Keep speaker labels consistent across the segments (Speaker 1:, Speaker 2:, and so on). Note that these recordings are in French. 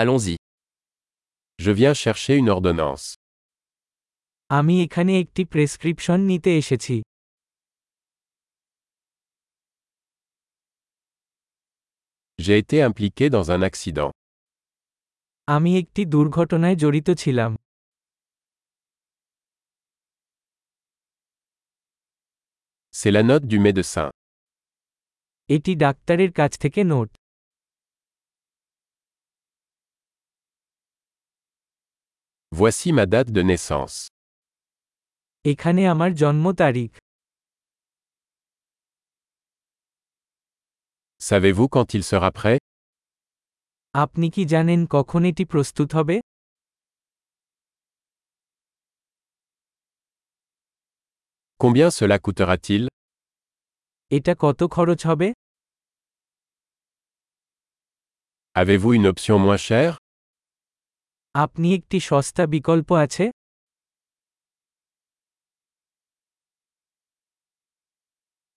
Speaker 1: Allons-y. Je viens chercher une ordonnance.
Speaker 2: আমি এখানে একটি প্রেসক্রিপশন নিতে এসেছি
Speaker 1: J'ai été impliqué dans un accident.
Speaker 2: আমি একটি দুর্ঘটনায় জড়িত ছিলাম
Speaker 1: C'est la note du médecin.
Speaker 2: এটি ডাক্তারের কাছ থেকে নোট
Speaker 1: Voici ma date de naissance.
Speaker 2: এখানে আমার জন্ম তারিখ
Speaker 1: Savez-vous quand il sera prêt
Speaker 2: আপনি কি জানেন কখন এটি প্রস্তুত হবে
Speaker 1: Combien cela coûtera-t-il
Speaker 2: এটা কত খরচ হবে
Speaker 1: Avez-vous une option moins chère
Speaker 2: আপনি একটি সস্তা বিকল্প আছে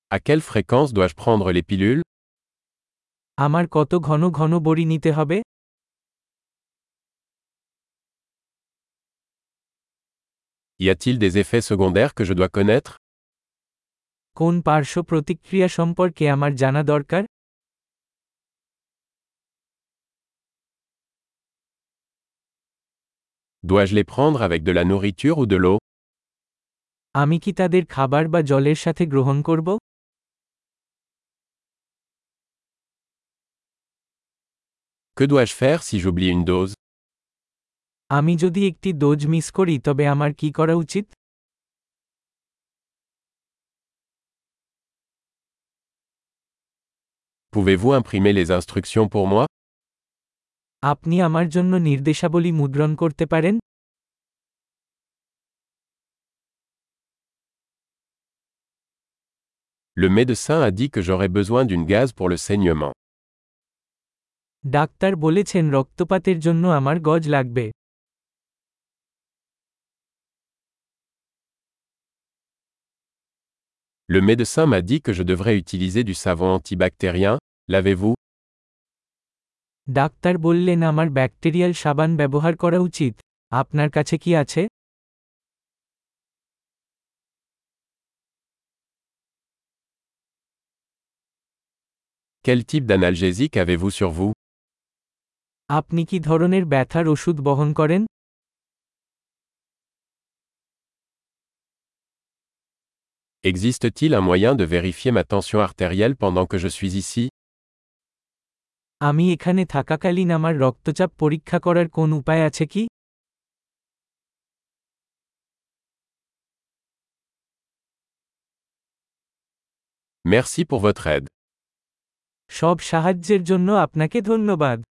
Speaker 1: À quelle fréquence dois-je prendre les pilules
Speaker 2: আমার কত ঘন ঘন বড়ি নিতে হবে
Speaker 1: Y a-t-il des effets secondaires que je dois connaître
Speaker 2: কোন পার্শ্ব প্রতিক্রিয়া সম্পর্কে আমার জানা দরকার
Speaker 1: Dois-je les prendre avec de la nourriture ou de l'eau
Speaker 2: আমি কি তাদের খাবার বা জলের সাথে গ্রহণ করব
Speaker 1: Que dois-je faire si j'oublie une dose
Speaker 2: আমি যদি একটি ডোজ মিস করি তবে আমার কি করা উচিত
Speaker 1: Pouvez-vous imprimer les instructions pour moi
Speaker 2: আপনি আমার জন্য নির্দেশাবলী মুদ্রণ করতে পারেন
Speaker 1: Le médecin a dit que j'aurais besoin d'une gaz pour le saignement.
Speaker 2: ডাক্তার বলেছেন রক্তপাতের জন্য আমার গজ লাগবে
Speaker 1: Le médecin m'a dit que je devrais utiliser du savon antibactérien. L'avez-vous
Speaker 2: ডাক্তার বললেন আমার ব্যাকটেরিয়াল সাবান ব্যবহার করা উচিত আপনার কাছে কি আছে
Speaker 1: Quel type d'analgésique avez-vous sur vous
Speaker 2: আপনি কি ধরনের ব্যথার ওষুধ বহন করেন
Speaker 1: Existe-t-il un moyen de vérifier ma tension artérielle pendant que je suis ici
Speaker 2: আমি এখানে থাকাকালীন আমার রক্তচাপ পরীক্ষা করার কোন উপায় আছে কি
Speaker 1: Merci pour votre aide.
Speaker 2: সব সাহায্যের জন্য আপনাকে ধন্যবাদ